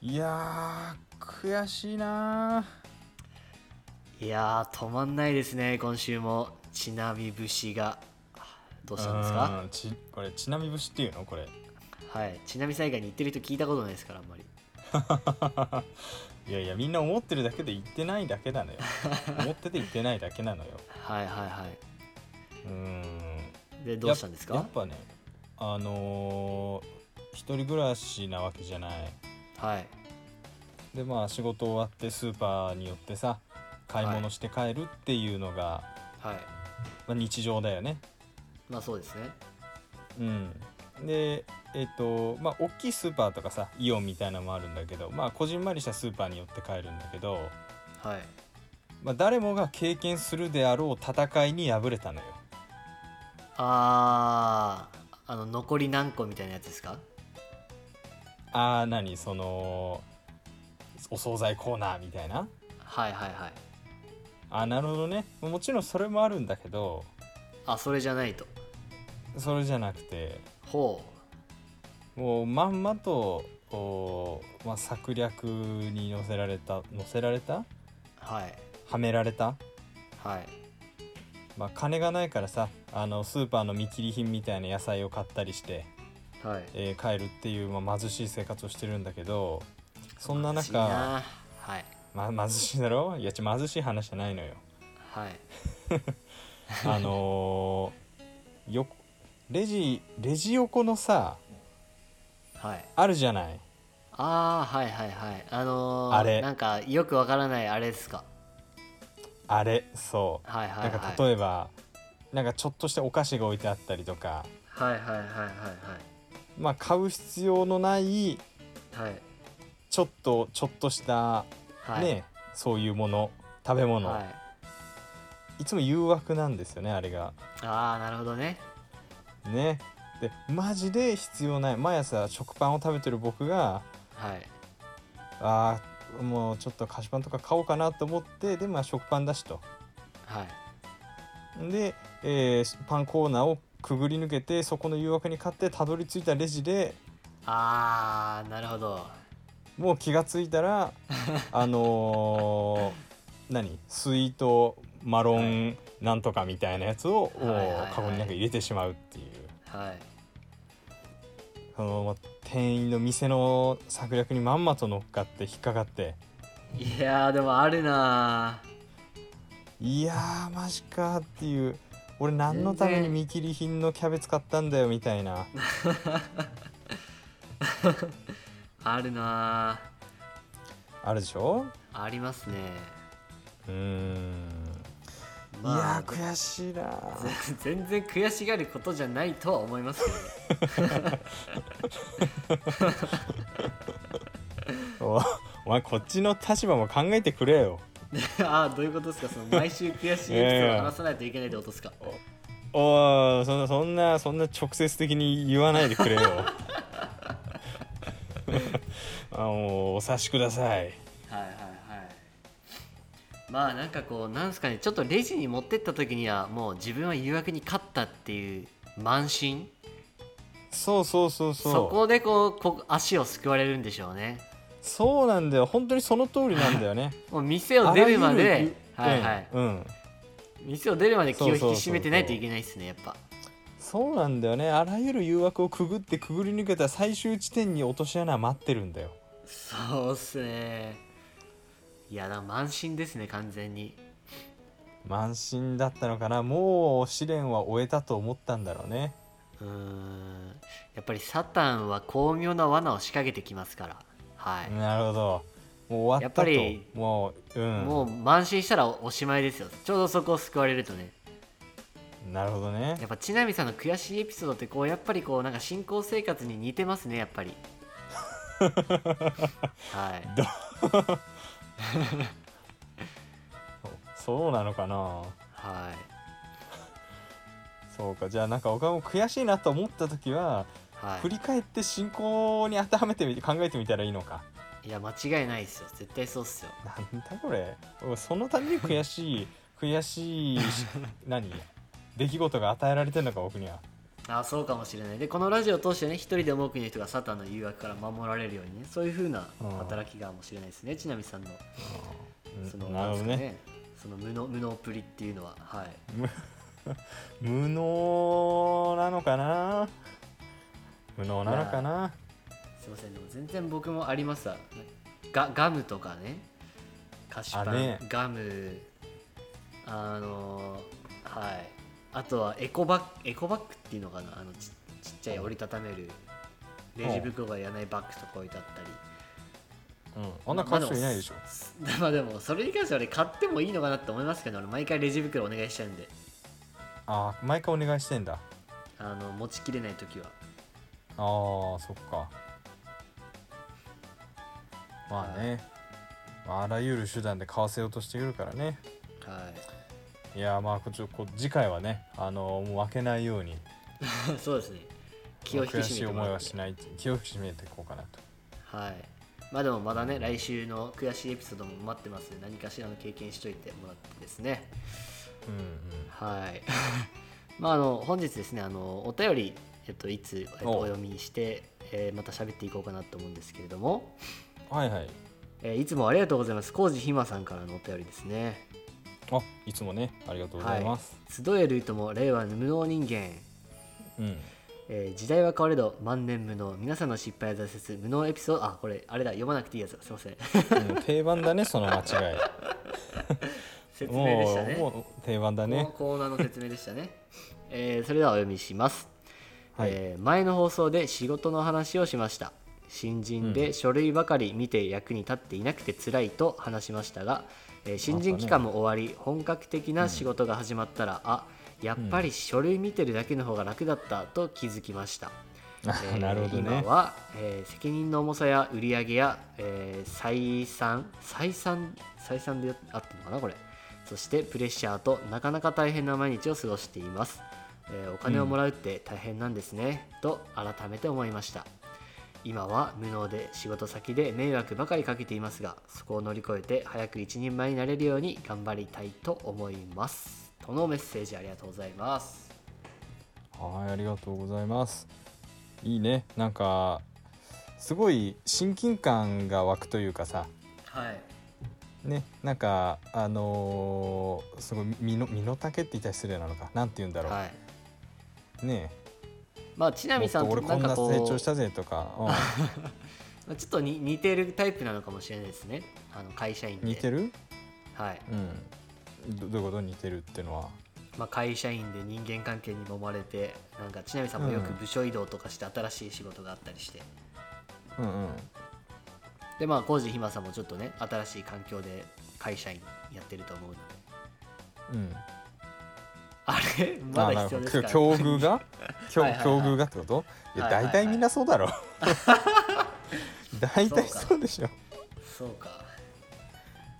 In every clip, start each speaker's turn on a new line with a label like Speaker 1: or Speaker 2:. Speaker 1: いやー悔しいない
Speaker 2: やー止まんないですね今週もちなみ節がどうしたんですか
Speaker 1: うんちこれちなみ節っていうのこれ
Speaker 2: はいちなみ災害に行ってる人聞いたことないですからあんまり
Speaker 1: いやいやみんな思ってるだけで言ってないだけなの よ思ってて言ってないだけなのよ
Speaker 2: はいはいは
Speaker 1: うーん
Speaker 2: いでどうしたんです
Speaker 1: や
Speaker 2: か
Speaker 1: っぱねあのー一人暮らしなわけじゃない
Speaker 2: はい
Speaker 1: でまあ仕事終わってスーパーに寄ってさ買い物して帰るっていうのが、
Speaker 2: はい
Speaker 1: まあ、日常だよね
Speaker 2: まあそうですね
Speaker 1: うんでえっ、とまあ大きいスーパーとかさイオンみたいなのもあるんだけどまあこじんまりしたスーパーに寄って帰るんだけど、
Speaker 2: はい
Speaker 1: まあ、誰もが経験するであろう戦いに敗れたのよ
Speaker 2: あーあの残り何個みたいなやつですか
Speaker 1: ああ何そのお惣菜コーナーみたいな
Speaker 2: はいはいはい
Speaker 1: あーなるほどねもちろんそれもあるんだけど
Speaker 2: あそれじゃないと
Speaker 1: それじゃなくて
Speaker 2: ほ
Speaker 1: もうまんまとおーまあ、策略に乗せられた乗せられた
Speaker 2: うはい
Speaker 1: はめられた、
Speaker 2: はい
Speaker 1: まあ、金がないからさあのスーパーの見切り品みたいな野菜を買ったりして、
Speaker 2: はい
Speaker 1: えー帰るっていう、まあ、貧しい生活をしてるんだけどそんな
Speaker 2: 悲しい
Speaker 1: 中
Speaker 2: なはい
Speaker 1: ま貧しいだろいやち貧しい話じゃないのよ。
Speaker 2: はい
Speaker 1: あのーよレジレジ横のさ
Speaker 2: はい
Speaker 1: あるじゃない
Speaker 2: ああはいはいはいあのー、
Speaker 1: あれ
Speaker 2: なんかよくわからないあれですか
Speaker 1: あれそう、
Speaker 2: はいはいはい
Speaker 1: なんか例えばなんかちょっとしたお菓子が置いてあったりとか
Speaker 2: はいはいはいはい
Speaker 1: まあ買う必要のない
Speaker 2: はいはい
Speaker 1: ちょっとちょっとしたね、
Speaker 2: はい
Speaker 1: そういうもの食べ物、
Speaker 2: はい
Speaker 1: い、つも誘惑なんですよねあれが
Speaker 2: ああなるほどね
Speaker 1: ねでマジで必要ない毎朝食パンを食べてる僕が
Speaker 2: はい
Speaker 1: あーもうちょっと菓子パンとか買おうかなと思ってでまあ食パンだしと
Speaker 2: はい
Speaker 1: で、えーパンコーナーをくぐり抜けてそこの誘惑に勝ってたどり着いたレジで
Speaker 2: ああなるほど
Speaker 1: もう気がついた らあのー何スイートマロンなんとかみたいなやつを、
Speaker 2: はいはいはい
Speaker 1: カゴになんか入れてしまうっていう
Speaker 2: はい
Speaker 1: その店員の店の策略にまんまと乗っかって引っかかって
Speaker 2: いやーでもあるなー
Speaker 1: いやーマジかっていう俺何のために
Speaker 2: 全然
Speaker 1: 見切り品のキャベツ買ったんだよみたいな
Speaker 2: あるな
Speaker 1: あるでしょ
Speaker 2: ーありますね
Speaker 1: うーん
Speaker 2: まあ
Speaker 1: いやー悔しいなー
Speaker 2: 全然悔しがることじゃないとは思いますけどね
Speaker 1: おお前こっちの立場も考えてくれよ
Speaker 2: ああどういうことですかその毎週悔しいエピソードを話さないといけないってことですか
Speaker 1: おおそんそんなそんな直接的に言わないでくれ よ あもうお察しください
Speaker 2: はいはいはいまあなんかこうなんですかねちょっとレジに持ってった時にはもう自分は誘惑に勝ったっていう慢心
Speaker 1: そうそうそうそ
Speaker 2: そうこでこうこう足をすくわれるんでしょうね
Speaker 1: そうなんだよ本当にその通りなんだよね
Speaker 2: もう店を出るま
Speaker 1: あらゆ
Speaker 2: で
Speaker 1: る、
Speaker 2: はいはい、
Speaker 1: うんうん
Speaker 2: 店を出るまで気を引き締めてないと
Speaker 1: そうそうそうそう
Speaker 2: いけないですねやっぱ
Speaker 1: そうなんだよねあらゆる誘惑をくぐってくぐり抜けた最終地点に落とし穴は待ってるんだよ
Speaker 2: そうっすねいやだから慢心ですね完全に
Speaker 1: 満身だったのかなもう試練は終えたと思ったんだろうね
Speaker 2: うーんやっぱりサタンは巧妙な罠を仕掛けてきますからはい、
Speaker 1: なるほどもう終わったと
Speaker 2: やっぱり
Speaker 1: もううん
Speaker 2: もう慢心したらおしまいですよちょうどそこを救われるとね
Speaker 1: なるほどね
Speaker 2: やっぱちなみさんの悔しいエピソードってこうやっぱりこうなんか信仰生活に似てますねやっ ぱりはい
Speaker 1: そうなのかな
Speaker 2: は
Speaker 1: そうかじゃあなんか僕はもう悔しいなと思った時は、
Speaker 2: いは
Speaker 1: 振り返って信仰に当てはめてみて考えてみたらいいのか
Speaker 2: いいや間違いないですよ絶対そうっすよ
Speaker 1: なんだこれおそのために悔 しい悔しいし何出来事が与えられてんのか僕には
Speaker 2: あそうかもしれないでこのラジオを通してね一人でも多くの人がサタンの誘惑から守られるようにねそういうふうな働きがもしれないですねちなみさんの
Speaker 1: うん
Speaker 2: その
Speaker 1: なるほど
Speaker 2: な
Speaker 1: ね
Speaker 2: んですかその無能無能っぷりっていうのははい
Speaker 1: 無能なのかな無能なのかな
Speaker 2: すいませんでも全然僕もありますわガガムとかね菓子パン、
Speaker 1: あね
Speaker 2: ガムあのはいあとはエコバッグエコバッグっていうのかなあのちちっちゃい折りたためるレジ袋がいらないバッグとか置いてあったり
Speaker 1: うんあんな歌手いないでしょ
Speaker 2: ま あ、まあでもそれに関しては俺買ってもいいのかなって思いますけど俺毎回レジ袋お願いしちゃうんで
Speaker 1: ああ毎回お願いしてんだ
Speaker 2: あの持ちきれない時は
Speaker 1: あーそっかまあね、まあ、あらゆる手段で買わせようとしてくるからね
Speaker 2: は い
Speaker 1: やーまあこっちこう次回はねあのーもう負けないように
Speaker 2: いそうですね気を引き
Speaker 1: 悔しい
Speaker 2: 締めても
Speaker 1: 思い
Speaker 2: らっ
Speaker 1: は
Speaker 2: て
Speaker 1: しない気を引き締めていこうかなと
Speaker 2: はいまあでもまだね来週の悔しいエピソードも待ってますね何かしらの経験しといてもらってですね
Speaker 1: うん
Speaker 2: はい まああの本日ですねあのお便りえっといつ、えっと、
Speaker 1: お
Speaker 2: お読みして、えーまた喋っていこうかなと思うんですけれども、
Speaker 1: うんはいはい
Speaker 2: えーいつもありがとうございます浩司ひまさんからのお便りですね
Speaker 1: あいつもねありがとうございます、
Speaker 2: 集えるとも令和の無能人間、
Speaker 1: うん
Speaker 2: えー時代は変われど万年無能皆さんの失敗や挫折無能エピソードあこれあれだ読まなくていいやつだすいません
Speaker 1: うん定番だねその間違い
Speaker 2: 説
Speaker 1: も
Speaker 2: 明でしたね
Speaker 1: うもう定番だね
Speaker 2: このコーナーの説明でしたね、 えーそれではお読みします、
Speaker 1: はい
Speaker 2: えー前の放送で仕事の話をしました新人で書類ばかり見て役に立っていなくて辛いと話しましたが、えー新人期間も終わり本格的な仕事が始まったら、あやっぱり書類見てるだけの方が楽だったと気づきました、え
Speaker 1: あ
Speaker 2: ー
Speaker 1: なるほど
Speaker 2: 今
Speaker 1: ね
Speaker 2: は、えー責任の重さや売り上げや、えー採算採算採算であってるのかなこれそしてプレッシャーとなかなか大変な毎日を過ごしています、えーお金をもらうって大変なんですね、と改めて思いました今は無能で仕事先で迷惑ばかりかけていますがそこを乗り越えて早く一人前になれるように頑張りたいと思いますとのメッセージありがとうございます
Speaker 1: はい、ありがとうございます。いいね、なんか。すごい親近感が湧くというかさ。
Speaker 2: はい
Speaker 1: ね、なんか、あのーすごい身の、身の丈って言ったら失礼なのか、なんて言うんだろう。
Speaker 2: はい
Speaker 1: ね
Speaker 2: まあちな
Speaker 1: え、も
Speaker 2: み
Speaker 1: っ
Speaker 2: さ
Speaker 1: と
Speaker 2: ん
Speaker 1: 俺
Speaker 2: と
Speaker 1: こ
Speaker 2: なん
Speaker 1: ん
Speaker 2: か
Speaker 1: な
Speaker 2: こう
Speaker 1: 成長したぜとか、
Speaker 2: まあちょっとに似てるタイプなのかもしれないですねあの会社員
Speaker 1: う
Speaker 2: で
Speaker 1: ん似てる。
Speaker 2: はい
Speaker 1: うん。どどういうこと似てるっていうのは。
Speaker 2: まあ、会社員で人間関係に揉まれてなんかちなみさんもよく部署移動とかして新しい仕事があったりして、
Speaker 1: うんうん。
Speaker 2: でまあ浩司ひまさんもちょっとね新しい環境で会社員やってると思うので
Speaker 1: うん。
Speaker 2: あれまだ必要です
Speaker 1: あな
Speaker 2: か
Speaker 1: ん 境遇が。境
Speaker 2: はいはいはい
Speaker 1: 境遇がってこと。いや、
Speaker 2: はいはいは
Speaker 1: 大
Speaker 2: い
Speaker 1: 体みんなそうだ ろ大体そうでしょ。
Speaker 2: そうか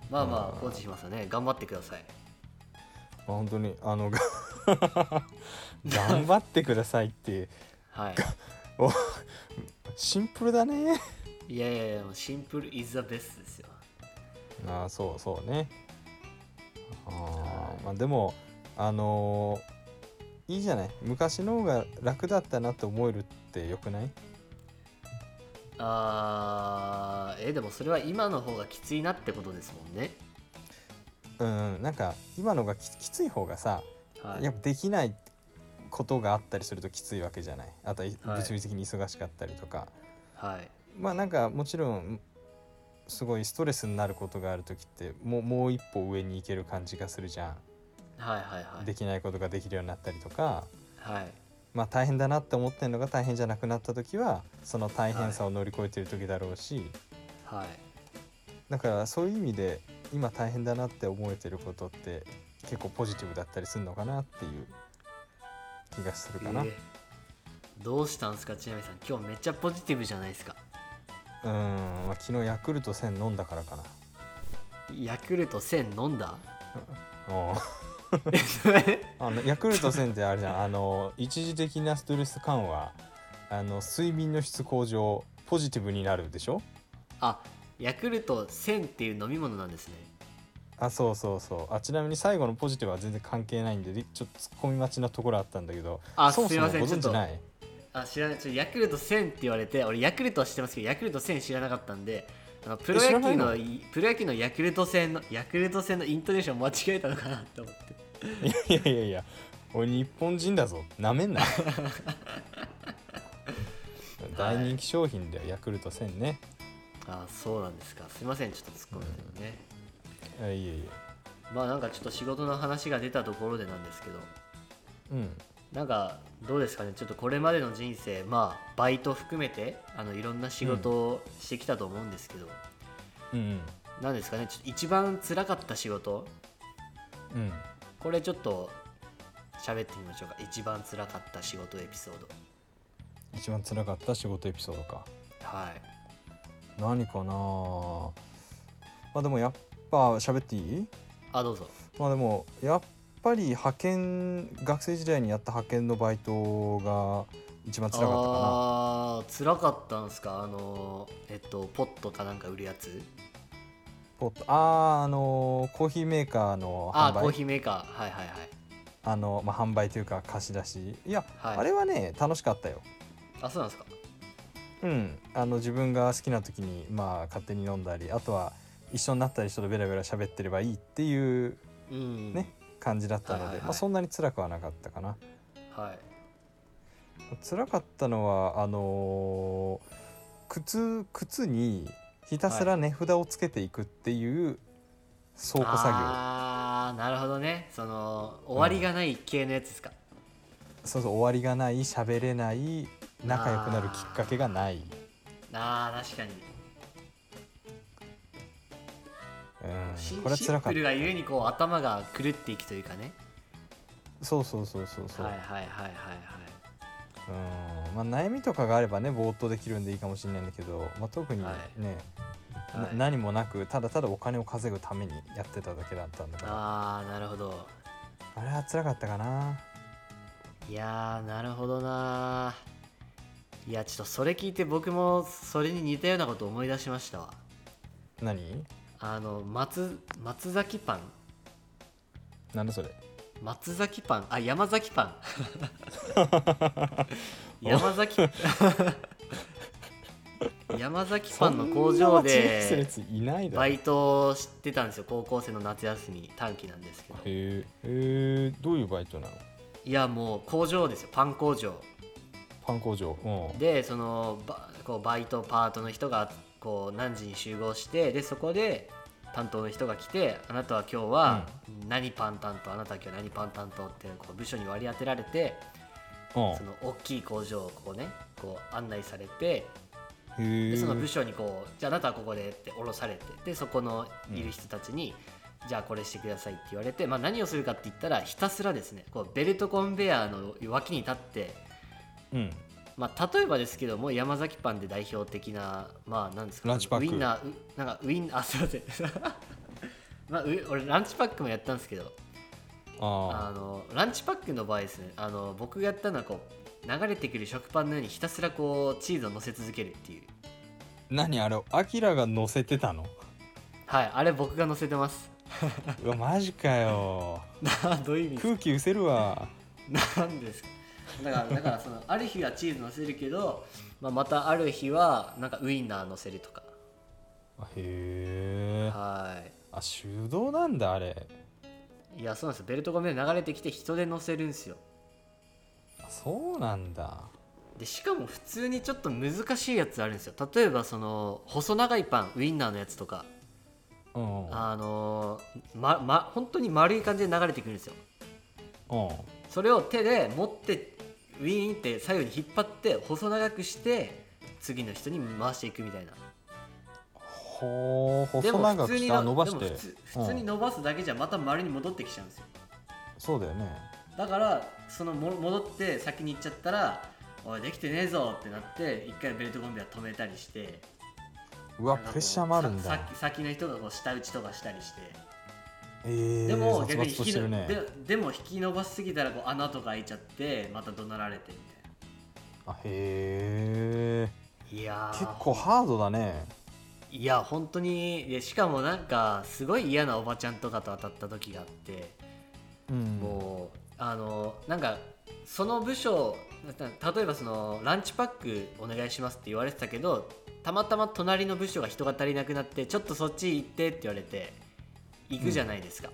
Speaker 2: まあま
Speaker 1: う
Speaker 2: あ
Speaker 1: ん
Speaker 2: 浩司ひまさんね頑張ってください
Speaker 1: まあ本当にあのが 頑張ってくださいって
Speaker 2: はい
Speaker 1: おシンプルだね
Speaker 2: いやいやいやもうシンプルイズザベストですよ
Speaker 1: ああそうそうねあー、まあ、でもあのーいいじゃない昔の方が楽だったなって思えるってよくない
Speaker 2: あーえでもそれは今の方がきついなってことですもんね
Speaker 1: うんうんなんか今のがききつい方がさ、
Speaker 2: はい
Speaker 1: やっぱできないことがあったりするときついわけじゃないあとはい
Speaker 2: はい
Speaker 1: 物理的に忙しかったりとか、
Speaker 2: はい
Speaker 1: まあなんかもちろんすごいストレスになることがある時ってもうもう一歩上に行ける感じがするじゃん、
Speaker 2: はいはいはい
Speaker 1: できないことができるようになったりとか、
Speaker 2: はい
Speaker 1: まあ、大変だなって思ってるのが大変じゃなくなった時はその大変さを乗り越えてる時だろうし、
Speaker 2: はい
Speaker 1: だからそういう意味で今大変だなって思えてることって結構ポジティブだったりするのかなっていう気がするかな。
Speaker 2: えーどうしたんですかちなみさん今日めっちゃポジティブじゃないですか
Speaker 1: うん、まあ、昨日ヤクルト1000飲んだからかな。
Speaker 2: ヤクルト1000飲んだ
Speaker 1: おうあのヤクルト1000ってあれじゃんあの一時的なストレス緩和あの睡眠の質向上ポジティブになるでしょ
Speaker 2: あヤクルト1000っていう飲み物なんですね
Speaker 1: あそうそうそうあちなみに最後のポジティブは全然関係ないんでりちょっと突っ込み待ちなところあったんだけど
Speaker 2: あ
Speaker 1: そもそも
Speaker 2: すいま
Speaker 1: ご
Speaker 2: せ
Speaker 1: 存知
Speaker 2: んちょっと
Speaker 1: ない
Speaker 2: あ知らないちょヤクルト1000って言われて俺ヤクルトは知ってますけどヤクルト1000知らなかったんであのプロ野球
Speaker 1: 知らな
Speaker 2: のプロ野球のヤクルト戦のヤクルト戦のイントネーション間違えたのかなって思って
Speaker 1: いやい やいや俺日本人だぞなめん な大人気商品だよヤクルト1000ね
Speaker 2: あそうなんですかすいませんちょっと突っ込んでね、
Speaker 1: あいえいえ
Speaker 2: まあなんかちょっと仕事の話が出たところでなんですけど
Speaker 1: うん
Speaker 2: なんかどうですかねちょっとこれまでの人生まあバイト含めてあのいろんな仕事をしてきたと思うんですけど、
Speaker 1: うん
Speaker 2: なんですかねちょっと一番辛かった仕事
Speaker 1: うんうん
Speaker 2: これちょっと喋ってみましょうか一番辛かった仕事エピソード
Speaker 1: 一番辛かった仕事エピソードか
Speaker 2: はい
Speaker 1: 何かなまあでもやっぱ喋っていい
Speaker 2: あどうぞ
Speaker 1: まあでもやっぱり派遣学生時代にやった派遣のバイトが一番辛かったかな
Speaker 2: あー辛かったんすかあのえっとポットかなんか売るやつ
Speaker 1: ポットあーあのーコーヒーメーカーの
Speaker 2: あ
Speaker 1: 販
Speaker 2: ーコー
Speaker 1: 売
Speaker 2: ヒーメーカーはいはいはい
Speaker 1: あの、まあ、販売というか貸し出しいや、
Speaker 2: はい
Speaker 1: あれはね楽しかったよ
Speaker 2: あそうなんですか
Speaker 1: うんあの自分が好きな時にまあ勝手に飲んだりあとは一緒になったり人とベラベラ喋ってればいいっていう
Speaker 2: うん
Speaker 1: ね感じだったので、
Speaker 2: はいはいはい
Speaker 1: まあ、そんなに辛くはなかったかな
Speaker 2: はい
Speaker 1: 辛かったのはあのー靴靴にひたすら値札をつけていくっていう倉庫作業、
Speaker 2: ああなるほどねその終わりがない系のやつですか、
Speaker 1: そうそう終わりがない喋れない仲良くなるきっかけがない
Speaker 2: ああ確かにシ
Speaker 1: うん
Speaker 2: ン
Speaker 1: これは
Speaker 2: シン
Speaker 1: 辛か
Speaker 2: プ
Speaker 1: っ
Speaker 2: ルがゆえにこう頭が狂っていくというかね
Speaker 1: たそうそうそうそうそう、
Speaker 2: はいはいはいはいはい
Speaker 1: うんまあ、悩みとかがあればね冒頭できるんでいいかもしれないんだけど、まあ、特にね、
Speaker 2: はい
Speaker 1: な
Speaker 2: はい
Speaker 1: 何もなくただただお金を稼ぐためにやってただけだったんだから
Speaker 2: ああなるほど
Speaker 1: あれは辛かったかない
Speaker 2: やーなるほどなーいやちょっとそれ聞いて僕もそれに似たようなこと思い出しましたわ
Speaker 1: 何
Speaker 2: あの松松崎パン
Speaker 1: なんだそれ
Speaker 2: 松崎パンあ山 崎パン山崎 山崎パンの工
Speaker 1: そ
Speaker 2: 場
Speaker 1: んな間違えてるや
Speaker 2: で
Speaker 1: ついないだ
Speaker 2: バ
Speaker 1: ろへ
Speaker 2: イトをしてたんですよ高校生の夏休み短期なんですけど
Speaker 1: えへえどういうバイトなの
Speaker 2: いやもう工場ですよパン工場
Speaker 1: パン工場うん
Speaker 2: でそのバこうバイトパートの人がこう何時に集合してでそこで担当の人が来て「あなたは今日は何パン担当、あなたは今日何パン担当」ってこう部署に割り当てられて
Speaker 1: うん
Speaker 2: その大きい工場をこうねこう案内されて
Speaker 1: へ
Speaker 2: で
Speaker 1: え
Speaker 2: その部署にこう「じゃああなたはここで」って降ろされてでそこのいる人たちに「じゃあこれしてください」って言われて、まあ、何をするかって言ったらひたすらですねこうベルトコンベヤーの脇に立って
Speaker 1: うん
Speaker 2: まあ、例えばですけども山崎パンで代表的なまあなんですか
Speaker 1: ランチパック
Speaker 2: ウインナーうなんかウインあすいません まあ、う俺ランチパックもやったんですけどあ
Speaker 1: あ
Speaker 2: のランチパックの場合ですねあの僕がやったのはこう流れてくる食パンのようにひたすらこうチーズを乗せ続けるっていう
Speaker 1: あ何あれアキラが乗せてたの
Speaker 2: はいあれ僕が乗せてます
Speaker 1: うわマジかよ
Speaker 2: などういう意味ですか
Speaker 1: 空気失せるわ
Speaker 2: なんですかだからだからそのある日はチーズ乗せるけど、まあ、またある日はなんかウインナー乗せるとか
Speaker 1: あへえ
Speaker 2: はい
Speaker 1: あ手動なんだあれ
Speaker 2: いやそうなんですよベルトコンベヤー流れてきて人で乗せるんですよ
Speaker 1: あそうなんだ
Speaker 2: でしかも普通にちょっと難しいやつあるんですよ例えばその細長いパンウインナーのやつとか
Speaker 1: うん
Speaker 2: あのーまま本当に丸い感じで流れてくるんですよ
Speaker 1: うん
Speaker 2: それを手で持ってウィーンって左右に引っ張って細長くして次の人に回していくみたいな
Speaker 1: ほう
Speaker 2: で
Speaker 1: 細
Speaker 2: も
Speaker 1: 長
Speaker 2: 普
Speaker 1: く
Speaker 2: 通
Speaker 1: し
Speaker 2: に
Speaker 1: てあ伸ばし
Speaker 2: で
Speaker 1: て
Speaker 2: も普通普通に
Speaker 1: うん
Speaker 2: 伸ばすだけじゃまた丸に戻ってきちゃうんですよ
Speaker 1: そうだよね
Speaker 2: だからそのも戻って先に行っちゃったら「おいできてねえぞ」ってなって一回ベルトコンベヤー止めたりして
Speaker 1: うわ
Speaker 2: なんかこう
Speaker 1: プレッシャーもあるん
Speaker 2: さ
Speaker 1: だ
Speaker 2: さ先の人がこう舌打ちとかしたりして
Speaker 1: えー、
Speaker 2: でも
Speaker 1: 殺
Speaker 2: 逆に
Speaker 1: 伐
Speaker 2: 引
Speaker 1: とし
Speaker 2: き
Speaker 1: て
Speaker 2: の、
Speaker 1: るね
Speaker 2: ででも引き伸ばしすぎたらこう穴とか開いちゃってまた怒鳴られてみたいな
Speaker 1: あへえ
Speaker 2: いやー
Speaker 1: 結構ハードだね
Speaker 2: いや本当にでしかもなんかすごい嫌なおばちゃんとかと当たった時があって、
Speaker 1: うん
Speaker 2: もうあのなんかその部署な例えばそのランチパックお願いしますって言われてたけどたまたま隣の部署が人が足りなくなってちょっとそっち行ってって言われて行くじゃないですか、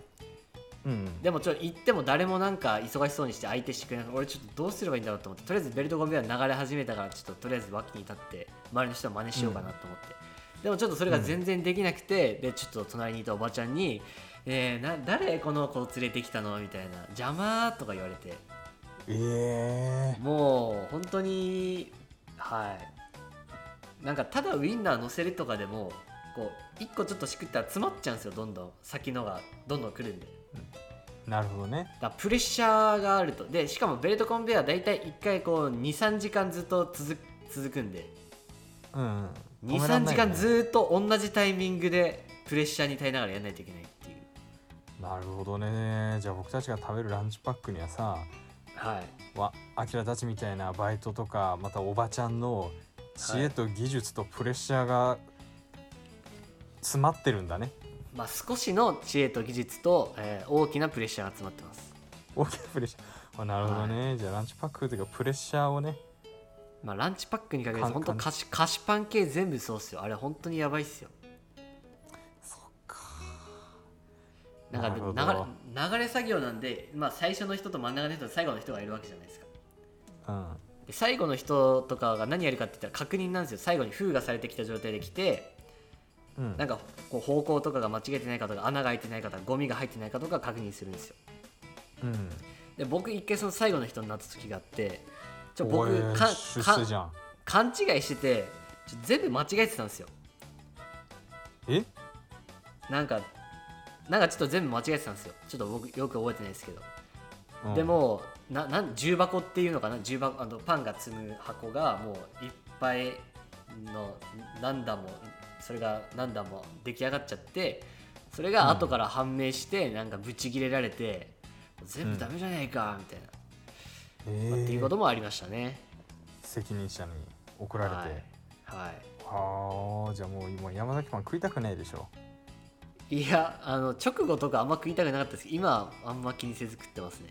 Speaker 1: うん
Speaker 2: でもちょ行っても誰もなんか忙しそうにして相手してくれない俺ちょっとどうすればいいんだろうと思ってとりあえずベルトコンベア流れ始めたからちょっととりあえず脇に立って周りの人は真似しようかなと思って、でもちょっとそれが全然できなくて、でちょっと隣にいたおばちゃんに「ねえな誰この子を連れてきたの?」みたいな「邪魔」とか言われて
Speaker 1: ええ
Speaker 2: もう本当にはいなんかただウインナー乗せるとかでもこう一個ちょっとしくったら詰まっちゃうんですよどんどん先のがどんどん来るんで。
Speaker 1: なるほどね
Speaker 2: だからプレッシャーがあるとでしかもベルトコンベアは大体1回こう23時間ずっと続く続くんで
Speaker 1: うん止めらん
Speaker 2: 23
Speaker 1: ない
Speaker 2: 時
Speaker 1: よね
Speaker 2: 間ずっと同じタイミングでプレッシャーに耐えながらやらないといけないっていう
Speaker 1: なるほどねじゃあ僕たちが食べるランチパックにはさ
Speaker 2: はい
Speaker 1: わアキラたちみたいなバイトとかまたおばちゃんの知恵と技術とプレッシャーが詰まってるんだね、
Speaker 2: まあ少しの知恵と技術と、えー大きなプレッシャーが詰まってます
Speaker 1: 大きなプレッシャーあなるほどね、じゃあランチパックというかプレッシャーをね
Speaker 2: まあランチパックにかけると
Speaker 1: かん
Speaker 2: 本当
Speaker 1: かん
Speaker 2: 菓子菓子パン系全部そうっすよあれ本当にやばいっすよ
Speaker 1: そっか
Speaker 2: なんかでも
Speaker 1: なるほ
Speaker 2: 流れ流れ作業なんで、まあ、最初の人と真ん中の人と最後の人がいるわけじゃないですか
Speaker 1: うん
Speaker 2: で最後の人とかが何やるかって言ったら確認なんですよ最後に封がされてきた状態で来て
Speaker 1: うん
Speaker 2: なんかこう方向とかが間違えてないかとか穴が開いてないかとかゴミが入ってないかとか確認するんですよ
Speaker 1: うん
Speaker 2: で僕一回その最後の人になった時があってちょ
Speaker 1: おい
Speaker 2: 僕か
Speaker 1: 出
Speaker 2: か
Speaker 1: 世じゃん
Speaker 2: 勘違いしててちょ全部間違えてたんですよ
Speaker 1: え
Speaker 2: なんかなんかちょっと全部間違えてたんですよちょっと僕よく覚えてないですけど
Speaker 1: うん
Speaker 2: でもななん重箱っていうのかな重箱あのパンが積む箱がもういっぱいの何段もそれが何段も出来上がっちゃってそれが後から判明して、なんかブチ切れられて全部ダメじゃないかみたいな、
Speaker 1: え
Speaker 2: まあ
Speaker 1: ー
Speaker 2: っていうこともありましたね。
Speaker 1: 責任者に怒られて、
Speaker 2: はいは
Speaker 1: はあじゃあもう今山崎パン食いたくないでしょ
Speaker 2: い、いやあの直後とかあんま食いたくなかったですけど今はあんま気にせず食ってますね。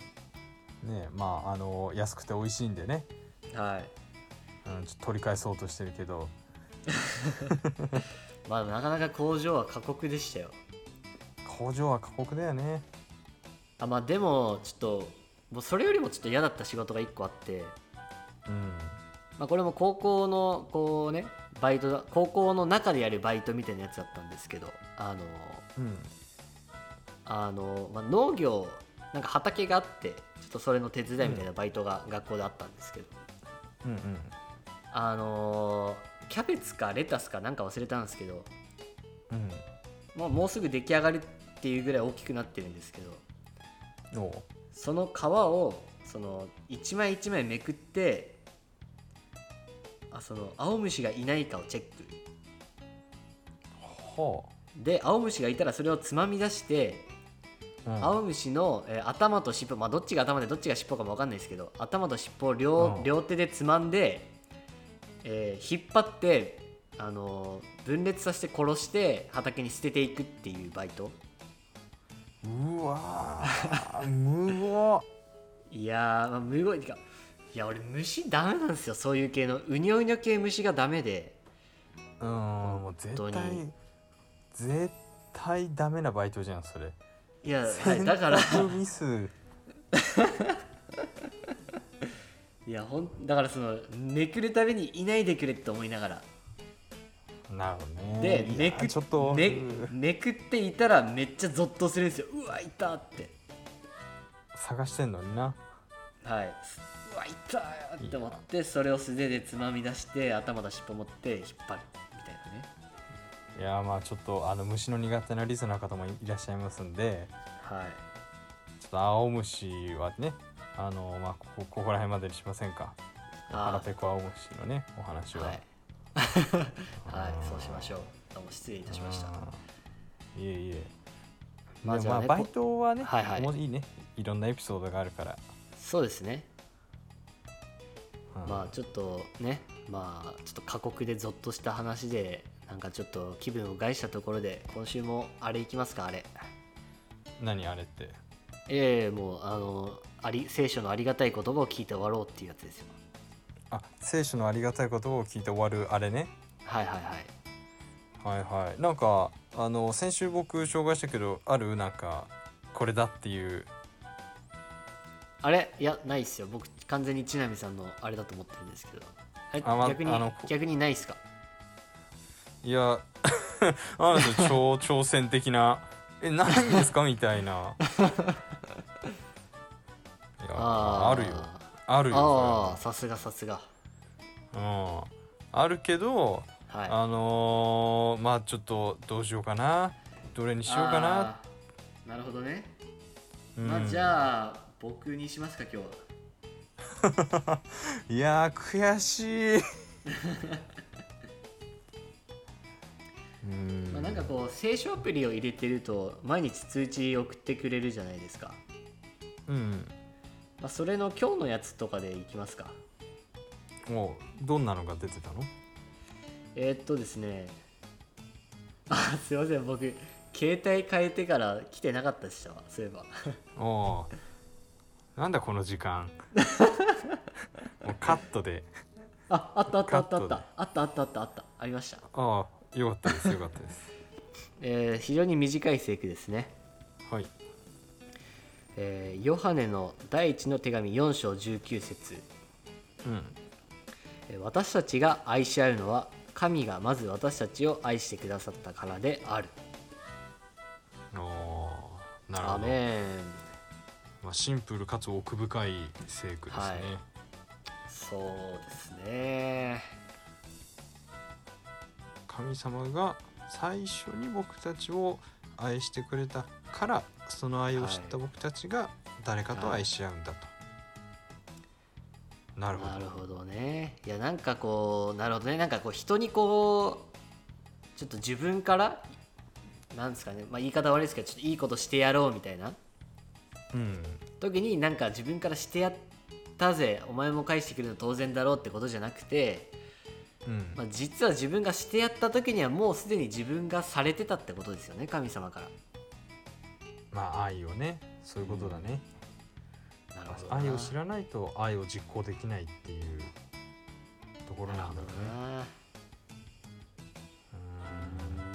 Speaker 1: ねえまああの安くて美味しいんでね、
Speaker 2: はい
Speaker 1: うん、ちょっと取り返そうとしてるけど
Speaker 2: まあ、なかなか工場は過酷でしたよ。
Speaker 1: 工場は過酷だよね
Speaker 2: あまあでもちょっともうそれよりもちょっと嫌だった仕事が1個あって、
Speaker 1: うん
Speaker 2: まあ、これも高校のこうねバイトだ高校の中でやるバイトみたいなやつだったんですけどあの
Speaker 1: うん
Speaker 2: あの、まあ、農業なんか畑があってちょっとそれの手伝いみたいなバイトが学校であったんですけど、
Speaker 1: うんうん
Speaker 2: あのキャベツかレタスかなんか忘れたんですけどもうもうすぐ出来上がるっていうぐらい大きくなってるんですけど
Speaker 1: うんおう
Speaker 2: その皮をその一枚一枚めくってあその青虫がいないかをチェック
Speaker 1: は
Speaker 2: で青虫がいたらそれをつまみ出して、
Speaker 1: あ
Speaker 2: 青虫の、えー頭と尻尾まあどっちが頭でどっちが尻尾かも分かんないですけど頭と尻尾を両,、
Speaker 1: うん
Speaker 2: 両手でつまんで、えー引っ張って、あのー分裂させて殺して畑に捨てていくっていうバイト
Speaker 1: うん、うわー無謀
Speaker 2: いやー、まあ、むごいてかいや俺虫ダメなんですよそういう系のうにょうにょ系虫がダメで
Speaker 1: うんもう絶
Speaker 2: 本当
Speaker 1: 対
Speaker 2: に
Speaker 1: 絶対ダメなバイトじゃんそれ
Speaker 2: いや、はい、だから
Speaker 1: 選択ミス
Speaker 2: いやほんだからそのめくるたびにいないでくれって思いながら
Speaker 1: なるほどね
Speaker 2: で
Speaker 1: いや
Speaker 2: めく
Speaker 1: ちょっと
Speaker 2: め
Speaker 1: うん
Speaker 2: めくっていたらめっちゃゾッとするんですようわいたって
Speaker 1: 探してんのにな
Speaker 2: はいうわいたーって思ってそれを素手でつまみ出して頭と尻尾持って引っ張るみたいなね
Speaker 1: いやーまあちょっとあの虫の苦手なリスナーの方もいらっしゃいますんで
Speaker 2: はい
Speaker 1: ちょっと青虫はねあのまあここここら辺までにしませんか腹
Speaker 2: あ
Speaker 1: ペコ青虫のねお話
Speaker 2: ー
Speaker 1: は、
Speaker 2: はい はいそうしましょうどうも失礼いたしました
Speaker 1: うんいえいえま
Speaker 2: まあ
Speaker 1: あ、
Speaker 2: じゃあね
Speaker 1: まあ、バイトはね、
Speaker 2: はいはい
Speaker 1: もういいねいろんなエピソードがあるから、
Speaker 2: そうですね
Speaker 1: うん
Speaker 2: まあちょっとねまあちょっと過酷でゾッとした話でなんかちょっと気分を害したところで今週もあれいきますかあれ
Speaker 1: 何あれって
Speaker 2: ええもうあのあり聖書のありがたい言葉を聞いて終わろうっていうやつですよ
Speaker 1: あ聖書のありがたいことを聞いて終わるあれね
Speaker 2: はいはいはい
Speaker 1: はいはいなんかあの先週僕紹介したけどあるなんかこれだっていう
Speaker 2: あれいやないっすよ僕完全にちなみさんのあれだと思ってるんですけどえ
Speaker 1: あま
Speaker 2: 逆に
Speaker 1: あのこ
Speaker 2: 逆にないっすか
Speaker 1: いや ある種超挑戦的なえ何ですかみたいないやあ
Speaker 2: ー
Speaker 1: るよあるよ
Speaker 2: ああさすがさすが
Speaker 1: それはうん、あるけど
Speaker 2: はい
Speaker 1: あのーまあちょっとどうしようかなどれにしようかな、
Speaker 2: あーなるほどね、
Speaker 1: うん
Speaker 2: まあじゃあ僕にしますか今日
Speaker 1: いやー悔 しいうん
Speaker 2: まあ、なんかこう聖書アプリを入れてると毎日通知送ってくれるじゃないですか、
Speaker 1: うん
Speaker 2: まあ、それの今日のやつとかでいきますか
Speaker 1: もうどんなのが出てたの
Speaker 2: えー、っとですね あすいません僕携帯変えてから来てなかったでしたわそういえば
Speaker 1: おおなんだこの時 間もうカットで
Speaker 2: ああったあったあったあっ
Speaker 1: カット
Speaker 2: たあったあったあったあったありました
Speaker 1: ああよかったですよかったです
Speaker 2: えー非常に短い聖句ですね、
Speaker 1: はい
Speaker 2: えーヨハネの第一の手紙4章19節
Speaker 1: うん
Speaker 2: えー私たちが愛し合うのは神がまず私たちを愛してくださったからである
Speaker 1: おーなる
Speaker 2: ア
Speaker 1: ほど、
Speaker 2: メン
Speaker 1: まあ、シンプルかつ奥深い聖句ですね、
Speaker 2: はいそうですね
Speaker 1: 神様が最初に僕たちを愛してくれたからその愛を知った僕たちが誰かと愛し合うんだと、なるほど
Speaker 2: なるほどねいやなんかこうなるほどねなんかこう人にこうちょっと自分からなんですかね、まあ、言い方悪いですけどちょっといいことしてやろうみたいな
Speaker 1: うん
Speaker 2: 時になんか自分からしてやったぜお前も返してくれるの当然だろうってことじゃなくて、
Speaker 1: うん、
Speaker 2: まあ、実は自分がしてやった時にはもうすでに自分がされてたってことですよね神様から。
Speaker 1: まあ愛をねそういうことだね、
Speaker 2: なるほどな
Speaker 1: 愛を知らないと愛を実行できないっていうところなんだろうね
Speaker 2: な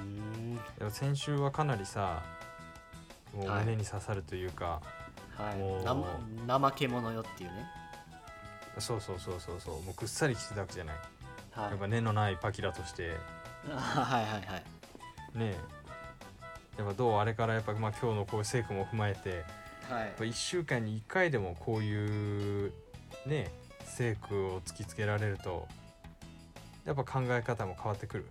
Speaker 1: うん
Speaker 2: るほどね
Speaker 1: でも先週はかなりさもう
Speaker 2: はい
Speaker 1: 胸に刺さるというか、
Speaker 2: はい
Speaker 1: おー
Speaker 2: なま、怠け者よっていうね、
Speaker 1: そうそうそうそうそうもうぐっさり来てたわけじゃない、
Speaker 2: はい、
Speaker 1: やっぱ根のないパキラとして
Speaker 2: あ はいはいはい
Speaker 1: ねえやっぱどうあれからやっぱ、まあ、今日のこういう成果も踏まえてや
Speaker 2: はい
Speaker 1: っぱ1週間に1回でもこういうね成果を突きつけられるとやっぱ考え方も変わってくる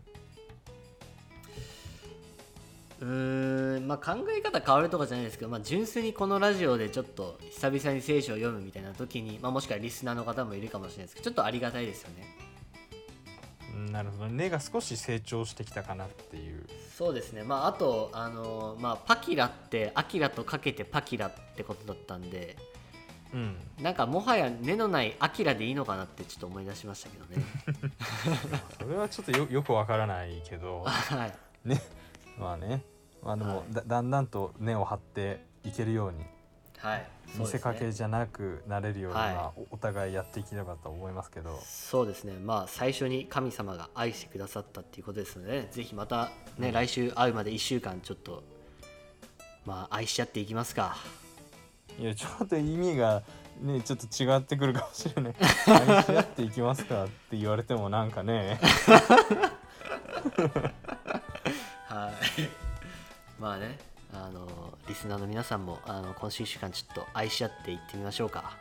Speaker 2: うーんまあ考え方変わるとかじゃないですけど、まあ、純粋にこのラジオでちょっと久々に聖書を読むみたいな時に、まあ、もしくはリスナーの方もいるかもしれないですけどちょっとありがたいですよね
Speaker 1: うんなるほど根が少し成長してきたかなっていう
Speaker 2: そうですねまああとあのーまあパキラってアキラとかけてパキラってことだったんで
Speaker 1: うん
Speaker 2: なんかもはや根のないアキラでいいのかなってちょっと思い出しましたけど ね
Speaker 1: それはちょっとよよくわからないけど
Speaker 2: はい
Speaker 1: ね まあねまあでも、
Speaker 2: はい
Speaker 1: だだんだんと根を張っていけるように
Speaker 2: はいそう
Speaker 1: 見
Speaker 2: です
Speaker 1: せ
Speaker 2: ね
Speaker 1: かけじゃなくなれるように、
Speaker 2: はい
Speaker 1: まあおお互いやっていければと思いますけど
Speaker 2: そうですね、まあ、最初に神様が愛してくださったっていうことですので、ぜひまた、ね来週会うまで1週間、ちょっと、まあ、愛し合っていきますか。
Speaker 1: いやちょっと意味がねちょっと違ってくるかもしれ ない愛し合っていきますかって言われてもなんかね
Speaker 2: はい、 まあねあの、リスナーの皆さんもあの今週1週間、ちょっと愛し合っていってみましょうか。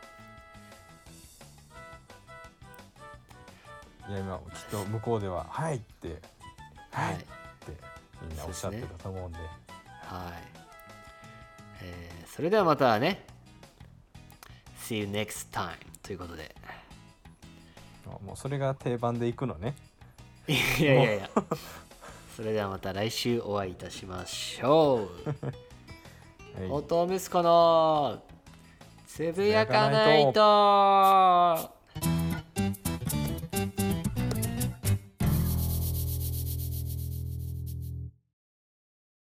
Speaker 1: いや今きっと向こうでは「はい」って「はい」
Speaker 2: は
Speaker 1: っ
Speaker 2: い
Speaker 1: てみんなおっしゃってたと思うんで
Speaker 2: はいえーそれではまたね、See you next time ということで。
Speaker 1: あもうそれが定番でいくのね
Speaker 2: いやいやいや。 それではまた来週お会いいたしましょう。
Speaker 1: はい
Speaker 2: 音をミスかなつぶやかないと